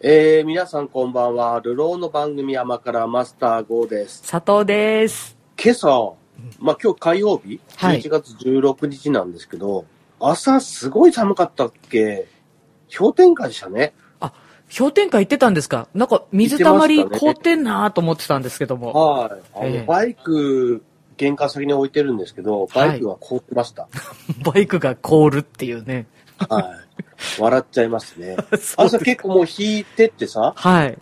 えー、皆さんこんばんは。流浪の番組山からマスター GO です。佐藤です。今朝、まあ今日火曜日、はい11月16日なんですけど、朝すごい寒かったっけ氷点下でしたね。あ、氷点下行ってたんですかなんか水たまり凍ってんなと思ってたんですけども。はい。あの、ええバイク、玄関先に置いてるんですけど、バイクは凍ってました。 バイクが凍るっていうね。はい。笑っちゃいますね。 そう 朝結構もう引いてってさ、はい。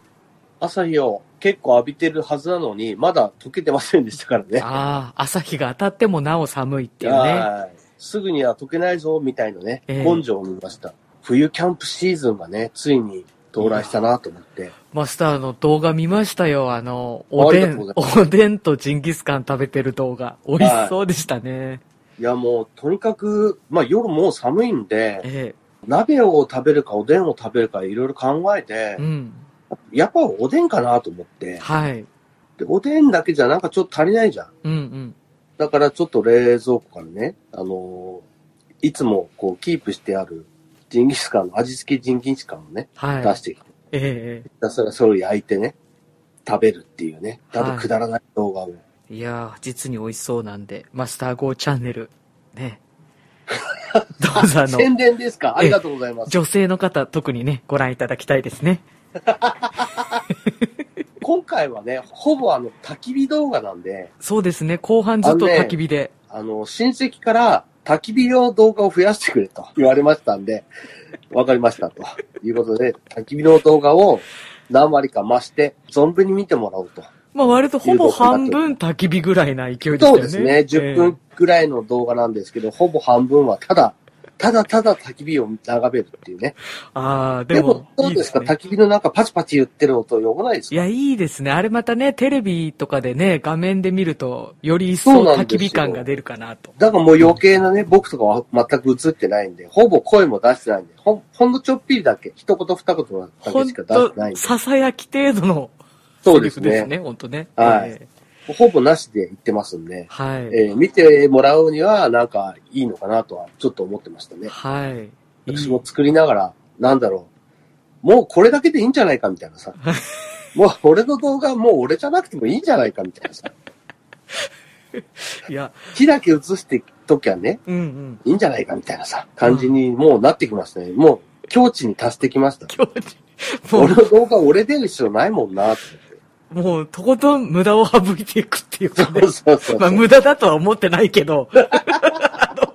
朝日を結構浴びてるはずなのに、まだ溶けてませんでしたからね。ああ、朝日が当たってもなお寒いっていうね。はいすぐには溶けないぞ、みたいなね、ええ根性を見ました。冬キャンプシーズンがね、ついに到来したなと思って。マスターの動画見ましたよ。あの、あおでありん、がとうごおでんとジンギスカン食べてる動画。美味しそうでしたね。いやもう、とにかく、まあ夜もう寒いんで、え鍋を食べるかおでんを食べるかいろいろ考えてえ。う、ん。やっぱおでんかなと思って。はい。で、おでんだけじゃなんかちょっと足りないじゃん。うんうん。だからちょっと冷蔵庫からね、あのーいつもこうキープしてあるジンギスカンの味付けジンギスカンをね、は出い。してきて、ええ。ひたすらそれを焼いてね、食べるっていうね、ただはいくだらない動画を。いやー、実に美味しそうなんで、マスター GO チャンネル、 ね。どうぞあの、宣伝ですかありがとうございます。女性の方、特にね、ご覧いただきたいですね。今回はね、ほぼあの焚き火動画なんで、そうですね、後半ずっとあのね焚き火で。あの、親戚から焚き火用動画を増やしてくれと言われましたんで、わかりましたということで、焚き火の動画を何割か増して、存分に見てもらおうと。まあ割とほぼ半分焚き火ぐらいな勢いでしたそようね。ですね。10分くらいの動画なんですけど、ほぼ半分はただ、ただただ焚き火を眺めるっていうね。ええ。ああ、ででもも、、どいういでですすかね。焚き火の中パチパチ言ってる音、よくないですいかや、いいですね。あれまたね、テレビとかでね、画面で見ると、より一そ層うなん焚ですよき火感が出るかなと。だからもう余計なね、僕とかは全く映ってないんで、ほぼ声も出してないんで、ほん、ほんのちょっぴりだけ、一言二言だほけんしか出しとてないん、で。ささやき程度のそうセでリすフですね。ね、ほんとね。はいええほぼなしで言ってますんで、はい。えー見てもらうにはなんかいいのかなとはちょっと思ってましたね。はい。い私いも作りながら、なんだろう。もうこれだけでいいんじゃないかみたいなさ。もう俺の動画もう俺じゃなくてもいいんじゃないかみたいなさ。いや、木だけ映してときゃね、うんうん。いいんじゃないかみたいなさ、感じにもうなってきましたね。もう境地に達してきました。今日、も俺の動画俺出る必要ないもん なとう、もう、とことん無駄を省いていくっていうか思ねって。。そうそう まあ、そう。無駄だとは思ってないけど。あ の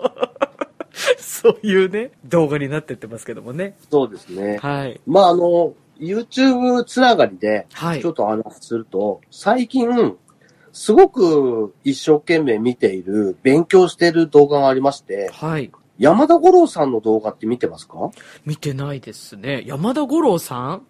そういうね、動画になってってますけどもね。そうですね。はい。まああの、YouTube つながりで、はいちょ。っとお話しすると、最近、すごく一生懸命見ている、勉強している動画がありまして、はい。山田五郎さんの動画って見てますか見てないですね。山田五郎さん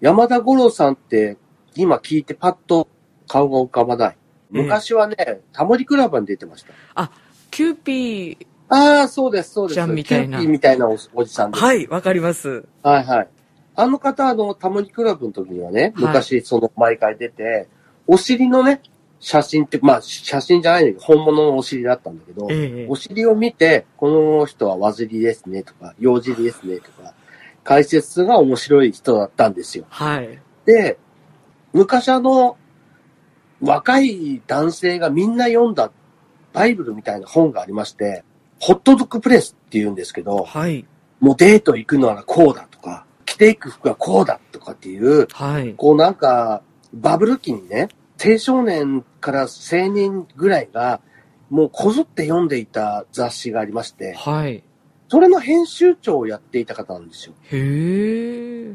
山田五郎さんって、今聞いてパッと顔が浮かばない。ええ昔はね、タモリクラブに出てました。キューピああ、そうです、そうです。ちゃんみたいなキューピーみたいなおおじさんー。です。はい、わかります。はいはい。あの方、あの、タモリクラブの時にはね、はい昔、その、毎回出て、お尻のね、写真って、まあ、写真じゃないんだけど、本物のお尻だったんだけど、ええお尻を見て、この人はわずりですね、とか、用尻ですね、とか、解説が面白い人だったんですよ。はい。で、昔あの、若い男性がみんな読んだバイブルみたいな本がありまして、ホットドッグプレスって言うんですけど、はい。もうデート行くのはこうだとか、着ていく服はこうだとかっていう、はい。こうなんか、バブル期にね、青少年から青年ぐらいが、もうこぞって読んでいた雑誌がありまして、はい。それの編集長をやっていた方なんですよ。へえ。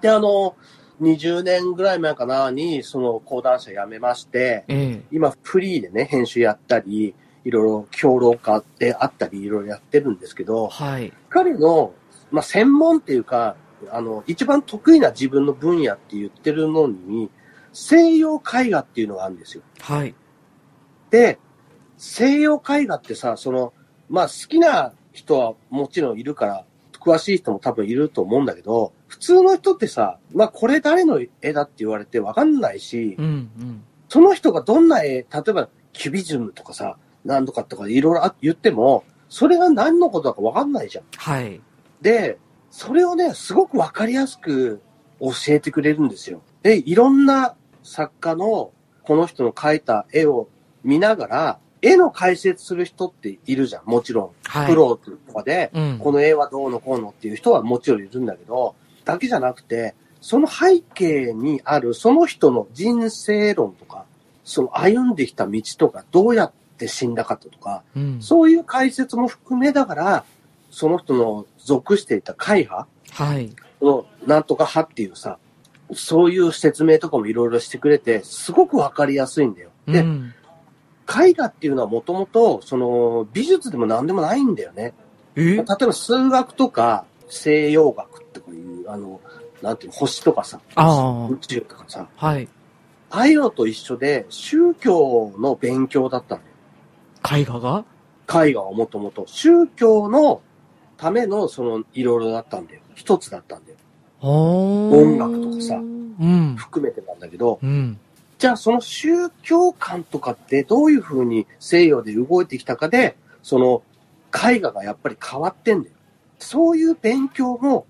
で、あの、20年ぐらい前かなに、その講談社辞めまして、え今フリーでね、編集やったり、いろいろ評論家であったり、いろいろやってるんですけえ。ど、はい。彼の、まあ、専門っていうか、あの、一番得意な自分の分野って言ってるのに、西洋絵画っていうのがあるんですよ。はい。で、西洋絵画ってさ、その、まあ、好きな人はもちろんいるから、詳しい人も多分いると思うんだけど、普通の人ってさ、まあ、これ誰の絵だって言われてわかんないしう、んうん。その人がどんな絵、例えばキュビズムとかさ、何とかとかいろいろあ言っても、それが何のことだかわかんないじゃん。はい。で、それをね、すごくわかりやすく教教えてくれるんですよ。で、いろんな作家のこの人の描いた絵を見ながら、絵の解説する人っているじゃん、もちろん。はい。プロとかで、うん。この絵はどうのこうのっていう人はもちろんいるんだけど、だけじゃなくて、その背景にあるその人の人生論とか、その歩んできた道とか、どうやって死んだかとか、うん。そういう解説も含めだから、その人の属していた会派はい。のなんとか派っていうさ、そういう説明とかもいろいろしてくれて、すごくわかりやすいんだよ。うで、ん。絵画っていうのはもともと、その美術でも何でもないんだよね。え例えば数学とか西洋学とかいう、あの、なんていうの、星とかさ、あ宇宙とかさ、あ。はい。ああいうのと一緒で宗教の勉強だったのよ。絵画が絵画はもともと。宗教のための、その、いろいろだったんだよ。一つだったんだよ。音楽とかさうん。含めてなんだけど、うん。じゃあその宗教観とかってどういう風に西洋で動いてきたかで、その絵画がやっぱり変わってんだよ。そういう勉強も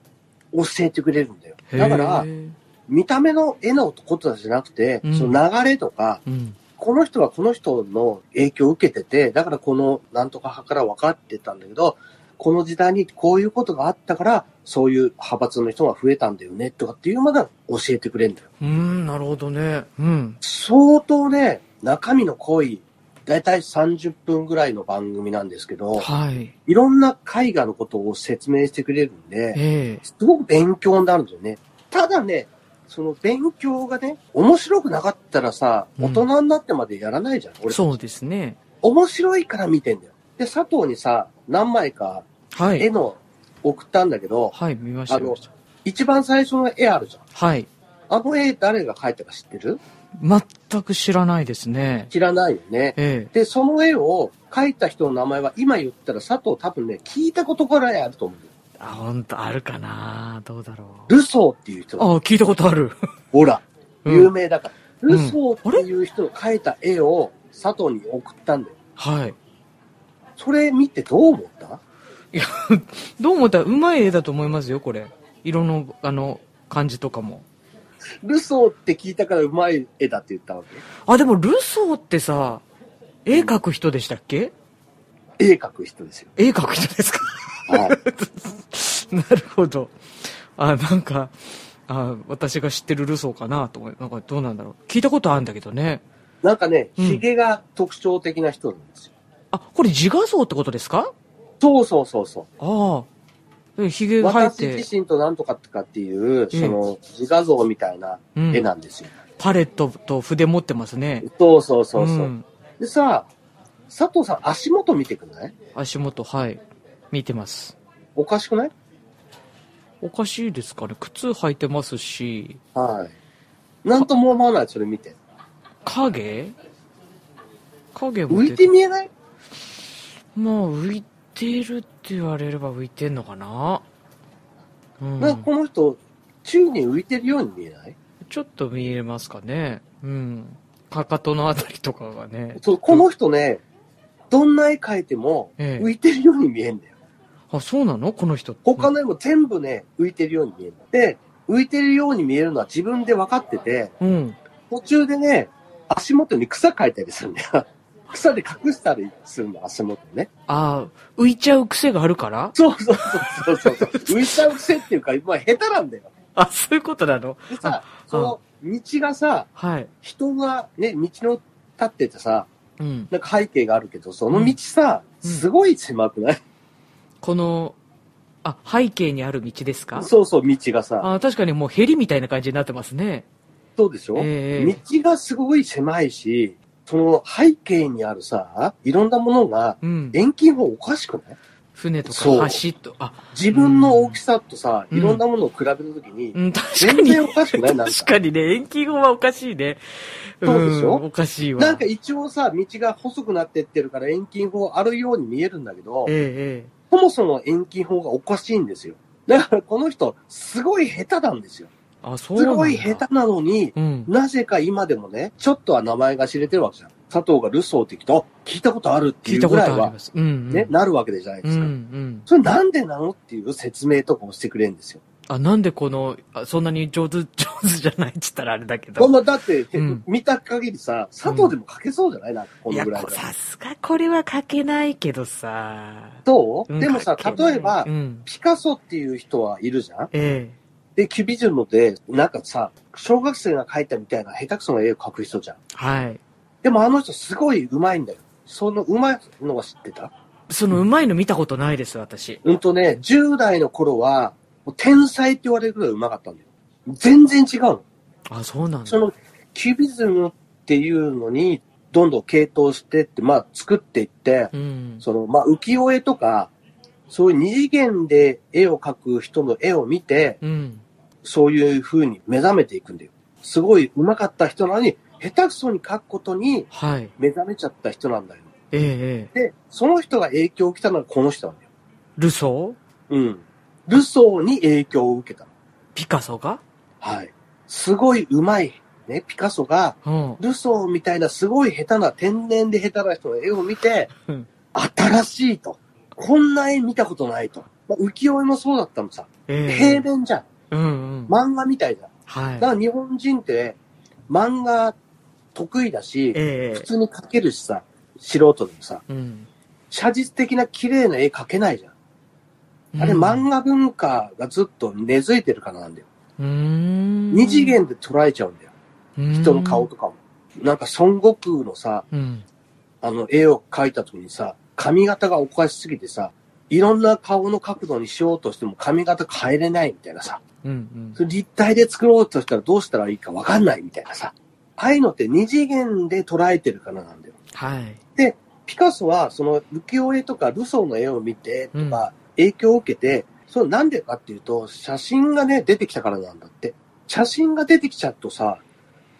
教えてくれるんだよ。だからへ、ー見た目の絵のことじゃなくて、うんその流れとか、うん。この人はこの人の影響を受けてて、だからこのなんとか派から分かってたんだけど、この時代にこういうことがあったから、そういう派閥の人が増えたんだよね、とかっていうまだ教えてくれるんだよ。うん、なるほどね。うん。相当ね、中身の濃い、だいたい30分ぐらいの番組なんですけど、はい。いろんな絵画のことを説明してくれるんで、ええ。すごく勉強になるんだよね。ただね、その勉強がね、面白くなかったらさ、うん大人になってまでやらないじゃん、俺。そうですね。面白いから見てんだよ。で、佐藤にさ、何枚かは絵い。の送ったんだけど、はい、見ました。あの見ました一番最初の絵あるじゃん。はい。あの絵誰が描いたか知ってる全く知らないですね。知らないよね。えで、その絵を描いた人の名前は今言ったら佐藤多分ね、聞いたことからいあると思うよ。え。あ、本当あるかなどうだろう。ルソーっていう人。あ、聞いたことある。ほら、うん有名だから。うんルソーっていう人の描いた絵を佐藤に送ったんだよ。はい。それ見てどう思ったどう思ったらうまい絵だと思いますよ、これ。色の、あの、感じとかも。ルソーって聞いたからうまい絵だって言ったわあ、でも、ルソーってさ、絵描く人でしたっけけ。絵描く人ですよ。絵描く人ですかはい。 なるほど。あ、なんか、あ私が知ってるルソーかなと思い、なんかどうなんだろう。聞いたことあるんだけどね。なんかね、うんヒゲが特徴的な人なんですよ。あ、これ自画像ってことですかそうそうそうそう。ああ。でひげが生え私て、自身となんとかとかっていう、その自画像みたいなうん絵なんですよ。パレットと筆持ってますね。そうそうそうそう、んでさ、佐藤さん足元見てくんない足元、はい。見てます。おかしくないおかしいですかね。靴履いてますし、はい。なんとも思わない、それ見て。影影も浮い出て見えないまあ、浮いてるって言われれば浮いてんのかな。うん。なんかこの人、宙に浮いてるように見えないちょっと見えますかね。うん。かかとのあたりとかが ね。そうこの人ね、どんな絵描いてもえ浮え。いてるように見えんだよ。あ、そうなのこの人って。他の絵も全部ね、浮いてるように見える。で、浮いてるように見えるのは自分で分かってて、うん。途中でね、足元に草描いたりするんだよ。 草で隠したりするの、足元にね。ああ、浮いちゃう癖があるから そうそうそうそうそう。浮いちゃう癖っていうか、まあ下手なんだよ。あ、そういうことなのでさ、その道がさ、はい。人がね、道の立っててさ、うん。なんか背景があるけど、その道さ、うんすごい狭くない、この、あ、背景にある道ですかそうそう、道がさ、あ確かにもうヘリみたいな感じになってますね。そうでしょ、ええ道がすごい狭いし、その背景にあるさ、いろんなものが、うん。遠近法おかしくない船とそうか橋と、あ、自分の大きさとさ、うんいろんなものを比べたときに、うん、確か全に。然おかしく ないなんか確かにね、遠近法はおかしいね。 そうでしょんおかしいわ。なんか一応さ、道が細くなってってるから遠近法あるように見えるんだけどえ、ええそもそも遠近法がおかしいんですよ。だからこの人、すごい下手なんですよ。えあ、そうすなんだ。ごい下手なのに、うん。なぜか今でもね、ちょっとは名前が知れてるわけじゃん。佐藤がルソーって聞くと、あ聞いたことあるって聞いいうたぐことらあいりはま、す。うん、うん。ね、なるわけじじゃないでうすん、うか。ん。それなんでなのっていう説明とかをしてくれるんですよ。あ、なんでこの、あそんなに上手、上手じゃないって言ったらあれだけこんど。な、だって、うん見た限りさ、佐藤でも書けそうじゃないなんか、こいのや、ぐらいこの。さすがこれは書けないけどさ。どうんうでもさ、書けない例えばう、ん。ピカソっていう人はいるじゃんええ。で、キュビジムで、なんかさ、小学生が描いたみたいな下手くそな絵を描く人じゃん。はい。でもあの人すごい上手いんだよ。その上手いのは知ってたそのうまいの見たことないです、私。うんとね、10代の頃は、もう天才って言われるぐらい上手かったんだよ。全然違うの。あ、そうなんそだ。の、キュビズムっていうのに、どんどん系統してって、まあ、作っていって、うん。その、まあ、浮世絵とか、そういう二次元で絵を描く人の絵を見て、うん。そういう風に目覚めていくんだよ。すごい上手かった人なのに、下手くそに描くことにはい。目覚めちゃった人なんだよ。ええ、ええ。で、その人が影響を受けたのがこの人なんだよ。ルソーうん。ルソーに影響を受けたの。ピカソがはい。すごい上手い、ね、ピカソが、うん。ルソーみたいなすごい下手な、天然で下手な人の絵を見てうん、新しいと。こんな絵見たことないと。まあ浮世絵もそうだったのさ。え平え。面じゃん。うんうん。漫画みたいじゃん。はいだか。ら日本人って漫画得意だし、え普え。通に描けるしさ、素人でもさ、うん。写実的な綺麗な絵描けないじゃん。あれ漫画文化がずっと根付いてるからなんだよ。うーん。二次元で捉えちゃうんだよ。人の顔とかも。なんか孫悟空のさ、うん。あの絵を描いた時にさ、髪型がおかしすぎてさ、いろんな顔の角度にしようとしても髪型変えれないみたいなさ、うん。うんそ。れ立体で作ろうとしたらどうしたらいいかわかんないみたいなさ、ああいうのって二次元で捉えてるからなんだよ。はい。ピカソはその浮世絵とかルソーの絵を見てとか影響を受けて、それなんでかっていうと、写真がね、出てきたからなんだって。写真が出てきちゃうとさ、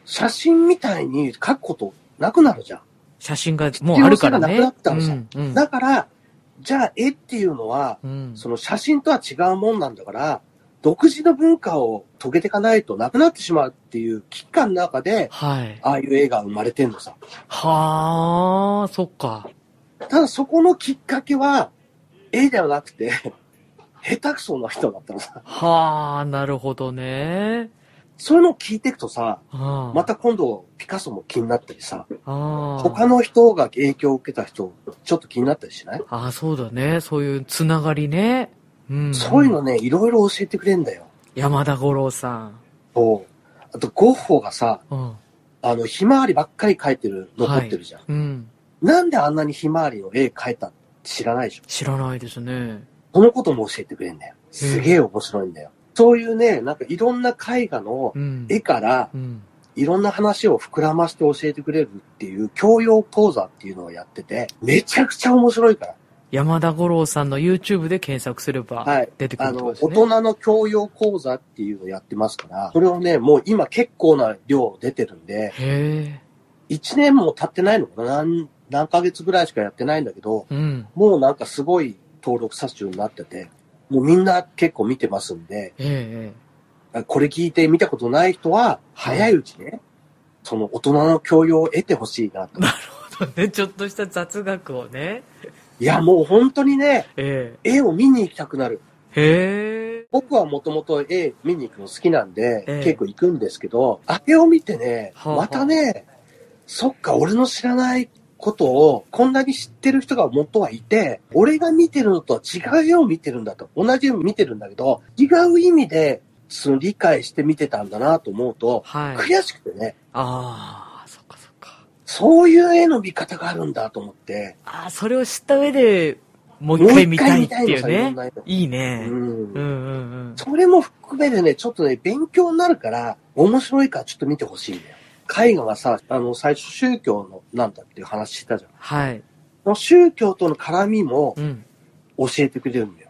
写真みたいに描くことなくなるじゃん。写真がもうあるからね。必要性がなくなったのさうんうんだから、じゃあ絵っていうのは、うん。その写真とは違うもんなんだから、独自の文化を遂げていかないとなくなってしまうっていう危機感の中で、はい。ああいう絵が生まれてんのさ。はあ、そっか。ただそこのきっかけは、絵ではなくて、下手くそな人だったのさ。はあ、なるほどね。そういうのを聞いていくとさ、ああまた今度ピカソも気になったりさ、ああ。他の人が影響を受けた人、ちょっと気になったりしない、ああ、そうだね。そういうつながりね。うん。そういうのね、いろいろ教えてくれんだよ。山田五郎さん。そう。あと、ゴッホがさ、うん。あの、ひまわりばっかり描いてる、残ってるじゃん。うん。なんであんなにひまわりの絵描いたって知らないでしょ知らないですね。そのことも教えてくれんだよ。すげえ面白いんだよ。そういうね、なんかいろんな絵画のうん。絵からうん。いろんな話を膨らまして教えてくれるっていう教養講座っていうのをやってて、めちゃくちゃ面白いから。山田五郎さんの YouTube で検索すればはい出てくるあっての、こと大ですね。人の教養講座っていうのをやってますから、それをね、もう今結構な量出てるんで、へ1年も経ってないのかな何、何ヶ月ぐらいしかやってないんだけど、え。うん。もうなんかすごい登録者数になってて、もうみんな結構見てますんで、ええええ。これ聞いて見たことない人は、早いうちね、その大人の教養を得てほしい なと。そうね、ちょっとした雑学をね。いや、もう本当にね、え絵を見に行きたくなる。え。へえ。僕はもともと絵見に行くの好きなんで、ええ結構行くんですけど、あれを見てね、はあはあまたね、そっか、俺の知らないことを、こんなに知ってる人が元はいて、俺が見てるのとは違う絵を見てるんだと。同じ絵を見てるんだけど、違う意味で、その理解して見てたんだなと思うと、はい。悔しくてね、ああ、そっかそっか。そういう絵の見方があるんだと思って、ああ、それを知った上で、もう一回見たいっていうもう一回見ねたいのさいろんな人。いいうね。うんうん。んうん。それも含めてね、ちょっとね、勉強になるから、面白いからちょっと見てほしいんだよ。絵画はさ、あの、最初宗教のなんだっていう話したじゃん。はい。その宗教との絡みもうん。教えてくれるんだよ。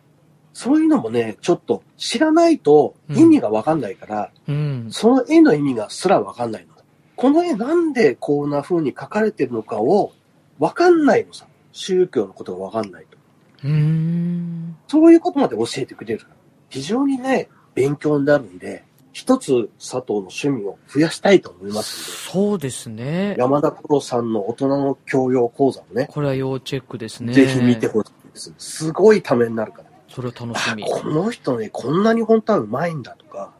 そういうのもね、ちょっと知らないと意味がわかんないから、うん。その絵の意味がすらわかんないの。この絵なんでこんな風に描かれてるのかをわかんないのさ。宗教のことがわかんないと。うーん。そういうことまで教えてくれるから。非常にね、勉強になるんで、一つ佐藤の趣味を増やしたいと思いますそうですねんで、。山田五郎さんの大人の教養講座をね、これは要チェックですね。ぜひ見てほしいです。すごいためになるから。それは楽しあみ。この人ね、こんなに本当はうまいんだとか、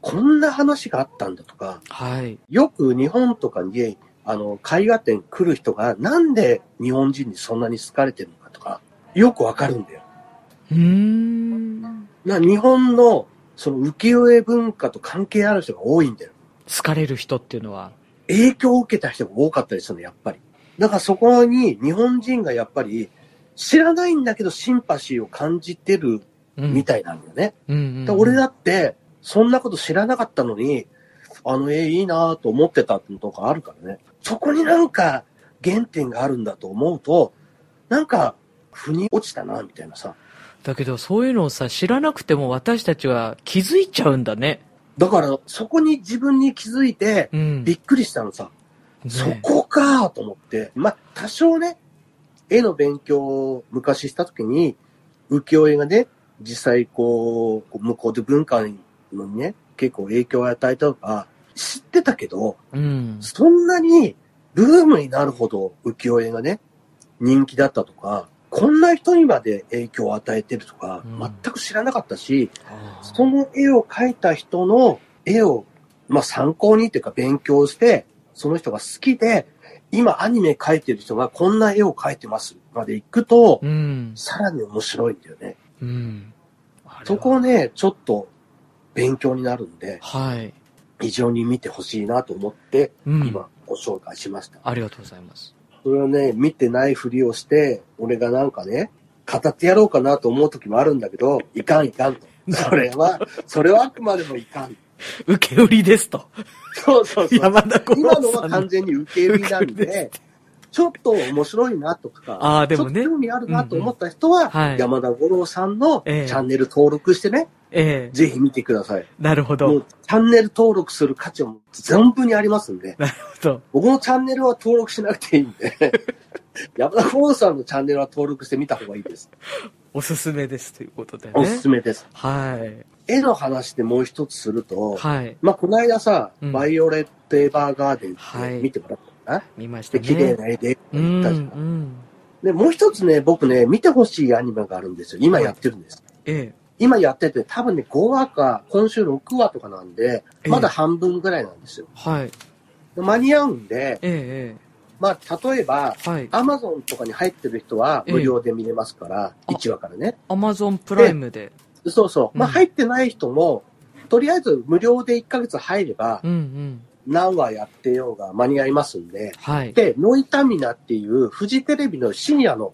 こんな話があったんだとか、はい。よく日本とかに、あの、絵画展来る人が、なんで日本人にそんなに好かれてるのかとか、よくわかるんだよ。うーん。な、日本の、その浮世絵文化と関係ある人が多いんだよ。好かれる人っていうのは。影響を受けた人が多かったりするの、やっぱり。だからそこに日本人がやっぱり、知らないんだけどシンパシーを感じてるうんみたいなんだよね。うんうんうんで俺だって、そんなこと知らなかったのに、あの絵いいなぁと思ってたのとかあるからね。そこになんか原点があるんだと思うと、なんか、腑に落ちたな、みたいなさ。だけど、そういうのをさ、知らなくても私たちは気づいちゃうんだね。だから、そこに自分に気づいて、うん。びっくりしたのさ。そねこかと思って。まあ、多少ね、絵の勉強を昔した時に、浮世絵がね、実際こう、こう向こうで文化のにね、結構影響を与えたとか、知ってたけど、うん。そんなにブームになるほど浮世絵がね、人気だったとか、こんな人にまで影響を与えてるとかうん、全く知らなかったし、あーその絵を描いた人の絵を、まあ、参考にっていうか勉強して、その人が好きで、今アニメ描いてる人がこんな絵を描いてますまで行くと、うん。さらに面白いんだよね。うん。あれはそこをね、ちょっと勉強になるんで、はい。非常に見てほしいなと思って、うん。今ご紹介しました。ありがとうございます。それをね、見てないふりをして、俺がなんかね、語ってやろうかなと思う時もあるんだけど、いかんいかんと。それは、それはあくまでもい かん。受け売りですと。そうそうそう。山田五今郎のさはん完の。全に受け売りなん受け売りでで、 ちょっと面白いなとか、ああ、でもねちょっと。興味あるなと思った人は、んはい山田五郎さんのチええャンネル登録してね、ええぜひ見てください。なるほもど。うチャンネル登録する価値はもう存分にありますんで、なるほど。僕のチャンネルは登録しなくていいん で、山田五郎さんのチャンネルは登録してみた方がいいです。おすすめですということでね。おすすめです。はい。絵の話でもう一つすると、はい。まあ、この間さ、うんバイオレット・エヴァーガーデンはっいて見てもらったかな、見ましたで、ね。綺麗な絵でう行ん。っうたじゃん。ん。で、もう一つね、僕ね、見てほしいアニメがあるんですよ。今やってるんです。え今やってて、多分ね、5話か、今週6話とかなんで、えまだ半分ぐらいなんですよ。え。はい。で間に合うんで、ええ。まあ、例えば、ええはい。アマゾンとかに入ってる人はええ無料で見れますから、あ1話からね。アマゾンプライムで。そうそう。まあ、うん入ってない人も、とりあえず無料で1ヶ月入れば、うんうん。何話やってようが間に合いますんで。はい。で、ノイタミナっていう、フジテレビの深夜の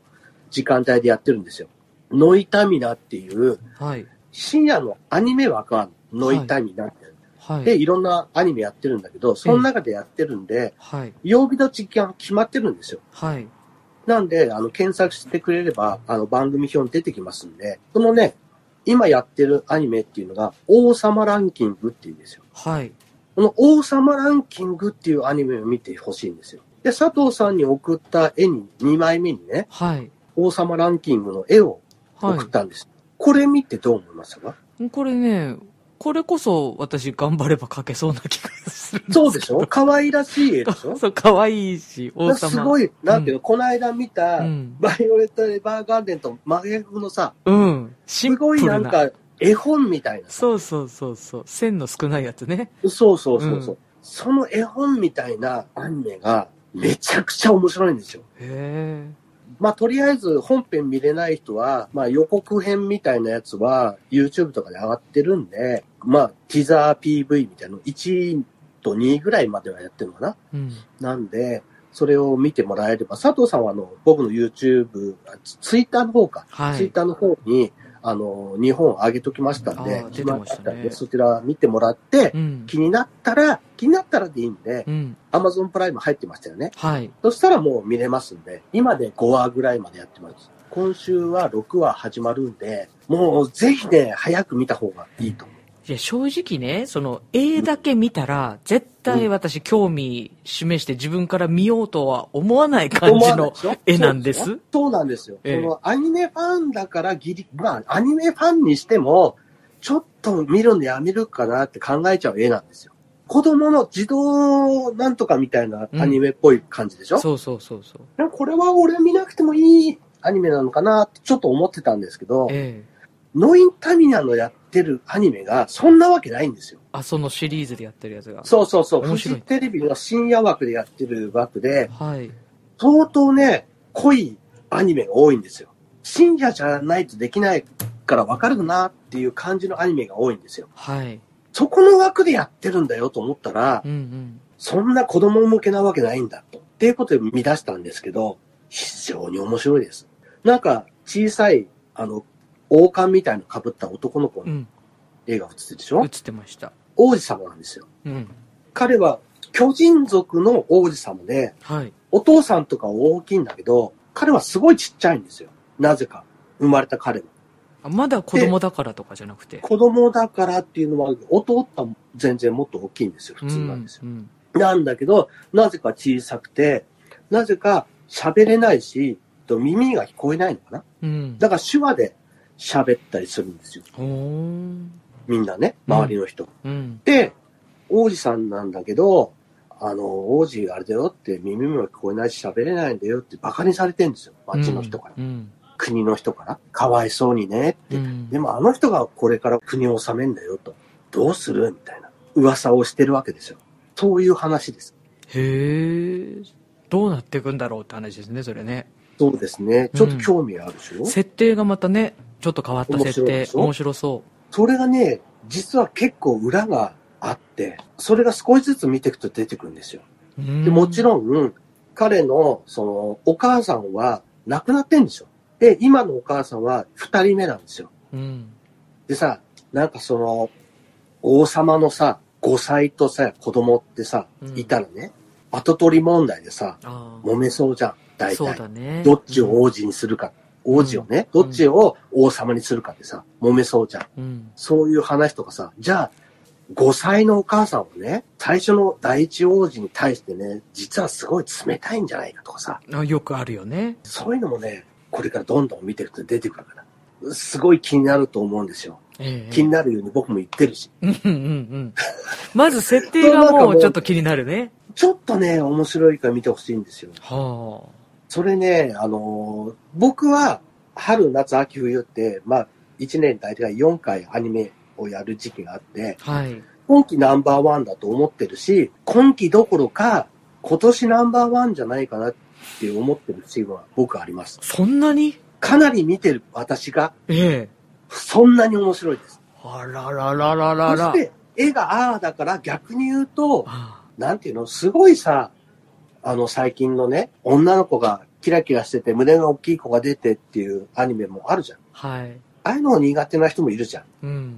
時間帯でやってるんですよ。ノイタミナっていう、はい。深夜のアニメ枠はノイタイムになってる。はい。で、いろんなアニメやってるんだけど、その中でやってるんで、はい。曜日の時間は決まってるんですよ。はい。なんで、あの、検索してくれれば、あの、番組表に出てきますんで、そのね、今やってるアニメっていうのが、王様ランキングっていうんですよ。はい。この王様ランキングっていうアニメを見てほしいんですよ。で、佐藤さんに送った絵に、2枚目にね、はい。王様ランキングの絵を送っはたんです。これ見てどう思い ましたかい。これね、これこそ私頑張れば書けそうな気がする。そうでしょ可愛らしい絵でしょそう、可愛いし、王様。すごい、なんていうの、この間見た、うん。バイオレット・エヴァーガーデンと真逆のさ、うん。シすンプごいなルんな。か絵本みたいなさ。そうそうそうそう。線の少ないやつね。そうそうそうそう、うんその絵本みたいなアニメがめちゃくちゃ面白いんですよ。へまあ、とりあえず本編見れない人は、まあ予告編みたいなやつは YouTube とかで上がってるんで、まあティザー PV みたいなの1と2ぐらいまではやってるのかなえ。うん。なんで、それを見てもらえれば、佐藤さんはあの、僕の YouTube、あツツイッターの方か、はツイッい。ターの方に、あの、日本を上げときましたんであー、出てましたね暇があらそちら見てもらってう、ん。気になったら、気になったらでいいんで、うん。 Amazon プライム入ってましたよね。はい。そしたらもう見れますんで、今で5話ぐらいまでやってます。今週は6話始まるんで、もうぜひね、早く見た方がいいと思う。いや、正直ね、その、絵だけ見たら、絶対私興味示して自分から見ようとは思わない感じの思わい絵しょなんです。そうそうなんですよ。ええそのアニメファンだからギリ、まあアニメファンにしても、ちょっと見るのやめるかなって考えちゃう絵なんですよ。子供の児童なんとかみたいなアニメっぽい感じでしょ、そうそうそうそう。なんかこれは俺見なくてもいいアニメなのかなってちょっと思ってたんですけど、えノインタミナのやってるアニメが、そんなわけないんですよ。あ、そのシリーズでやってるやつが。そうそうそう。フ面白いジテレビの深夜枠でやってる枠で、はい。相当ね、濃いアニメが多いんですよ。深夜じゃないとできないからわかるなっていう感じのアニメが多いんですよ。はい。そこの枠でやってるんだよと思ったら、うんうん。そんな子供向けなわけないんだと。っていうことで見出したんですけど、非常に面白いです。なんか、小さい、あの、王冠みたいの被った男の子うのん。映画映ってるでし映ょってました。王子様なんですよ。うん。彼は巨人族の王子様で、はい。お父さんとかは大きいんだけど、彼はすごいちっちゃいんですよ。なぜか。生まれた彼は。あまだ子供だからとかじゃなくて。子供だからっていうのは、弟は全然もっと大きいんですよ。普通なんですよ。うんうんなんだけど、なぜか小さくて、なぜか喋れないし、と耳が聞こえないのかなうん。だから手話で喋ったりするんですよ。ほーん。みんなね、周りの人。うん。で、王子さんなんだけど、あの、王子あれだよって耳も聞こえないし喋れないんだよって馬鹿にされてんですよ。街の人から。うん。国の人から。かわいそうにねって。うんでもあの人がこれから国を治めんだよと。どうするみたいな噂をしてるわけですよ。そういう話です。へえ。どうなっていくんだろうって話ですね、それね。そうですね。ちょっと興味あるでしょ、設定がまたね、ちょっと変わった設面白いで定。しょ面白そそれがね、実は結構裏があって、それが少しずつ見ていくと出てくるんですよ。う。でもちん。ろん、彼の、その、お母さんは亡くなってんでしょ。で、今のお母さんは二人目なんですよ。うん。でさ、なんかその、王様のさ、5歳とさ、子供ってさう、んいたらね、後取り問題でさ、あ揉めそうじゃん、あ。大そう体。だね。どっちを王子にするか、王子をね、うんどっちを王様にするかってさ、揉めそうじゃん。うん。そういう話とかさ、じゃあ、5歳のお母さんをね、最初の第一王子に対してね、実はすごい冷たいんじゃないかとかさ、うんあよくあるよね。そういうのもね、これからどんどん見てると出てくるから、すごい気になると思うんですよ。ええ気になるように僕も言ってるし。うんうんうん。まず設定がもうちょっと気になるね。ちょっとね、面白いから見てほしいんですよ。はそれね、あのー僕は春、夏、秋、冬って、まあ、1年大体4回アニメをやる時期があって、あ。はい。今季ナンバーワンだと思ってるし、今季どころか、今年ナンバーワンじゃないかなって思ってるチームは僕はあります。そんなにかなり見てる私が、ええそんなに面白いです。あららららそららし。て、絵がああだから逆に言うと、あなんていうの、すごいさ、あの最近のね、女の子がキラキラしてて胸が大きい子が出てっていうアニメもあるじゃん。はい。ああいうの苦手な人もいるじゃん。うん。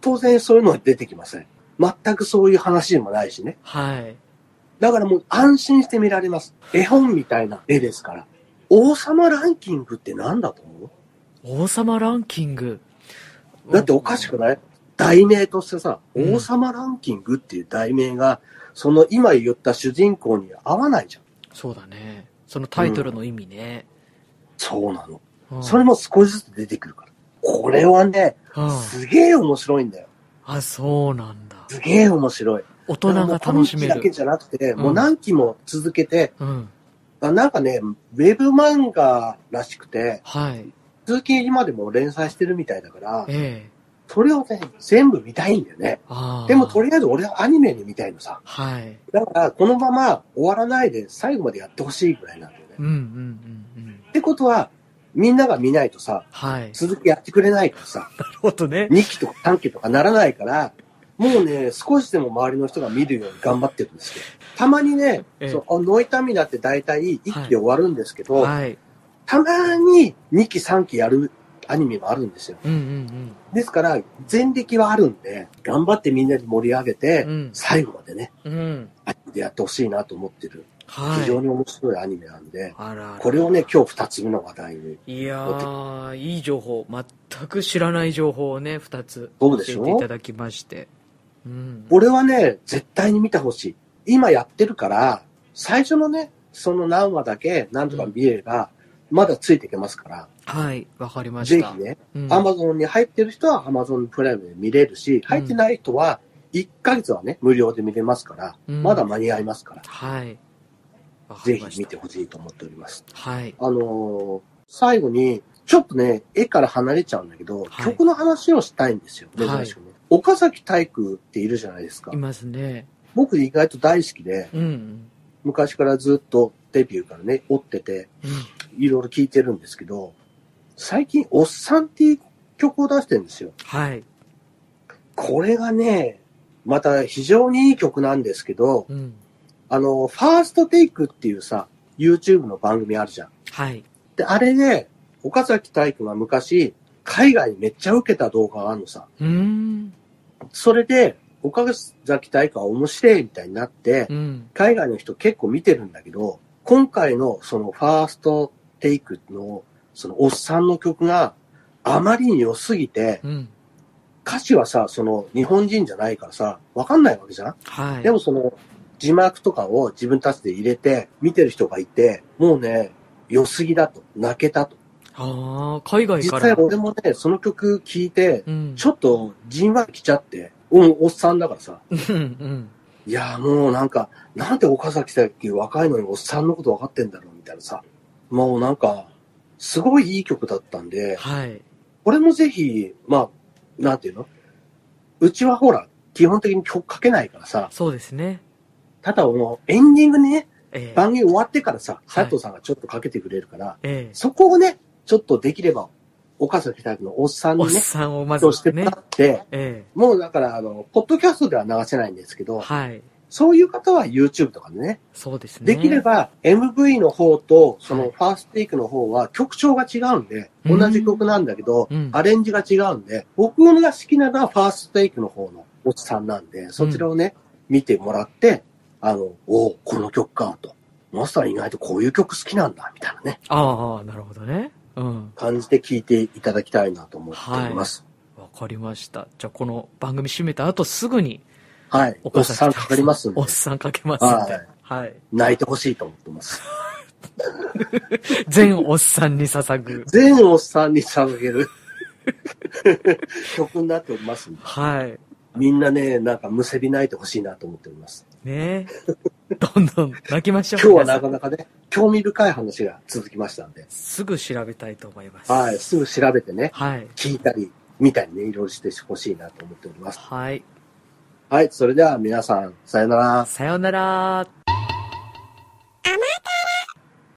当然そういうのは出てきません。全くそういう話でもないしね。はい。だからもう安心して見られます。絵本みたいな絵ですから。王様ランキングって何だと思王様ランキング。うだっておかしくない題名としてさ、王様ランキングっていう題名が、その今言った主人公に合わないじゃん。そうだね。そのタイトルの意味ね。そうなうの。んそれも少しずつ出てくるから。これはね、うんすげえ面白いんだよ。あ、そうなんだ。すげえ面白い。大人が楽しめだける。じゃなくて、んもう何期も続けて、うん。あなんかね、ウェブ漫画らしくて、はい。通勤今でも連載してるみたいだから、ええそれをね、全部見たいんだよね。ああ。でもとりあえず俺はアニメに見たいのさ。はい。だからこのまま終わらないで最後までやってほしいぐらいなんだよね。うんうんうんうん。ってことは、みんなが見ないとさ、はい。なる続きやってくれないからさ、ほどね。 2期とか3期とかならないから、もうね、少しでも周りの人が見るように頑張ってるんですよ。たまにね、ええそうあノイタミナって大体1期で終わるんですけど、はい。たまに2期3期やるアニメもあるんですよ。うんうんですから、前歴はあるんで、頑張ってみんなで盛り上げて、うん最後までね、うん。うん。アニメでやってほしいなと思ってる、非常はい。に面白いアニメなんで、あらあら。これをね、今日2つ目の話題に。いやー、いい情報。全く知らない情報をね、二つど教うでえしてょういただきまして。うん。これはね、絶対に見てほしい。今やってるから、最初のね、その何話だけ、なんとか見れば、まだついていけますから、はい、わかりましぜた。ひね、うん、アマゾンに入ってる人は Amazon プライムで見れるし、入ってない人は1ヶ月はね、無料で見れますから、うんまだ間に合いますから、はい。わかぜりまひし見た。てほしいと思っております。はい。あのー最後に、ちょっとね、絵から離れちゃうんだけど、はい曲の話をしたいんですよ、はい珍しくね。岡崎体育っているじゃないですかい。ますね。僕意外と大好きで、うん。昔からずっとデビューからね、追ってて、うん。いろいろ聴いてるんですけど、最近、おっさんっていう曲を出してるんですよ。はい。これがね、また非常にいい曲なんですけど、うん。あの、ファーストテイクっていうさ、YouTube の番組あるじゃん。はい。で、あれで、岡崎体育が昔、海外にめっちゃ受けた動画があるのさ。うーん。それで、岡崎体育は面白いみたいになってう、ん。海外の人結構見てるんだけど、今回のそのファーストテイクの、そのおっさんの曲があまりに良すぎて、うん。歌詞はさ、その日本人じゃないからさ、わかんないわけじゃんはい。でもその字幕とかを自分たちで入れて見てる人がいて、もうね、良すぎだと、泣けたと。ああ、海外実から。際俺もね、その曲聴いて、うん。ちょっとじんわり来ちゃって、うん、おっさんだからさ、うん。うん。いやーもうなんか、なんで岡崎さんっていう若いのにおっさんのこと分かってんだろうみたいなさ、もうなんか、すごいいい曲だったんで、はい。これもぜひ、まあ、なんていうのうちはほら、基本的に曲書けないからさ、そうですね。ただもうエンディングにね、ええ番組終わってからさ、佐藤さんがちょっとかけてくれるから、ええそこをね、ちょっとできれば、岡崎体育のおっさんおっにね、さんをまずとしてもね。らって、えもうだから、あの、ポッドキャストでは流せないんですけえど、はい。そういう方は YouTube とかでね、そうですね。できれば MV の方と、そはのいファーストテイクの方は曲調が違うんで、うん同じ曲なんだけど、うんアレンジが違うんで、僕が好きなのはファーストテイクの方のおっさんなんで、そちらをね、見てもらって、あの、おうこの曲か、と。マスター意外とこういう曲好きなんだ、みたいなね、ああ、なるほどね。うん。感じで聴いていただきたいなと思っております。わかりました。じゃあ、この番組締めた後すぐに、はい。おっ岡崎さんかかりますんでおっ、さんかけますんではい。はい。泣いてほしいと思ってます。全おっさんに捧ぐ。全おっさんに捧 げる 曲になっておりますんで。はい。みんなね、なんかむせび泣いてほしいなと思っております。ね え。どんどん泣きましょう。今日は皆さなんかなかね、興味深い話が続きましたんで、すぐ調べたいと思います。はい、すぐ調べてね、はい。聞いたり、見たりね、いろいろしてほしいなと思っております。はい。はい、それでは皆さん、さよなら。さようなら。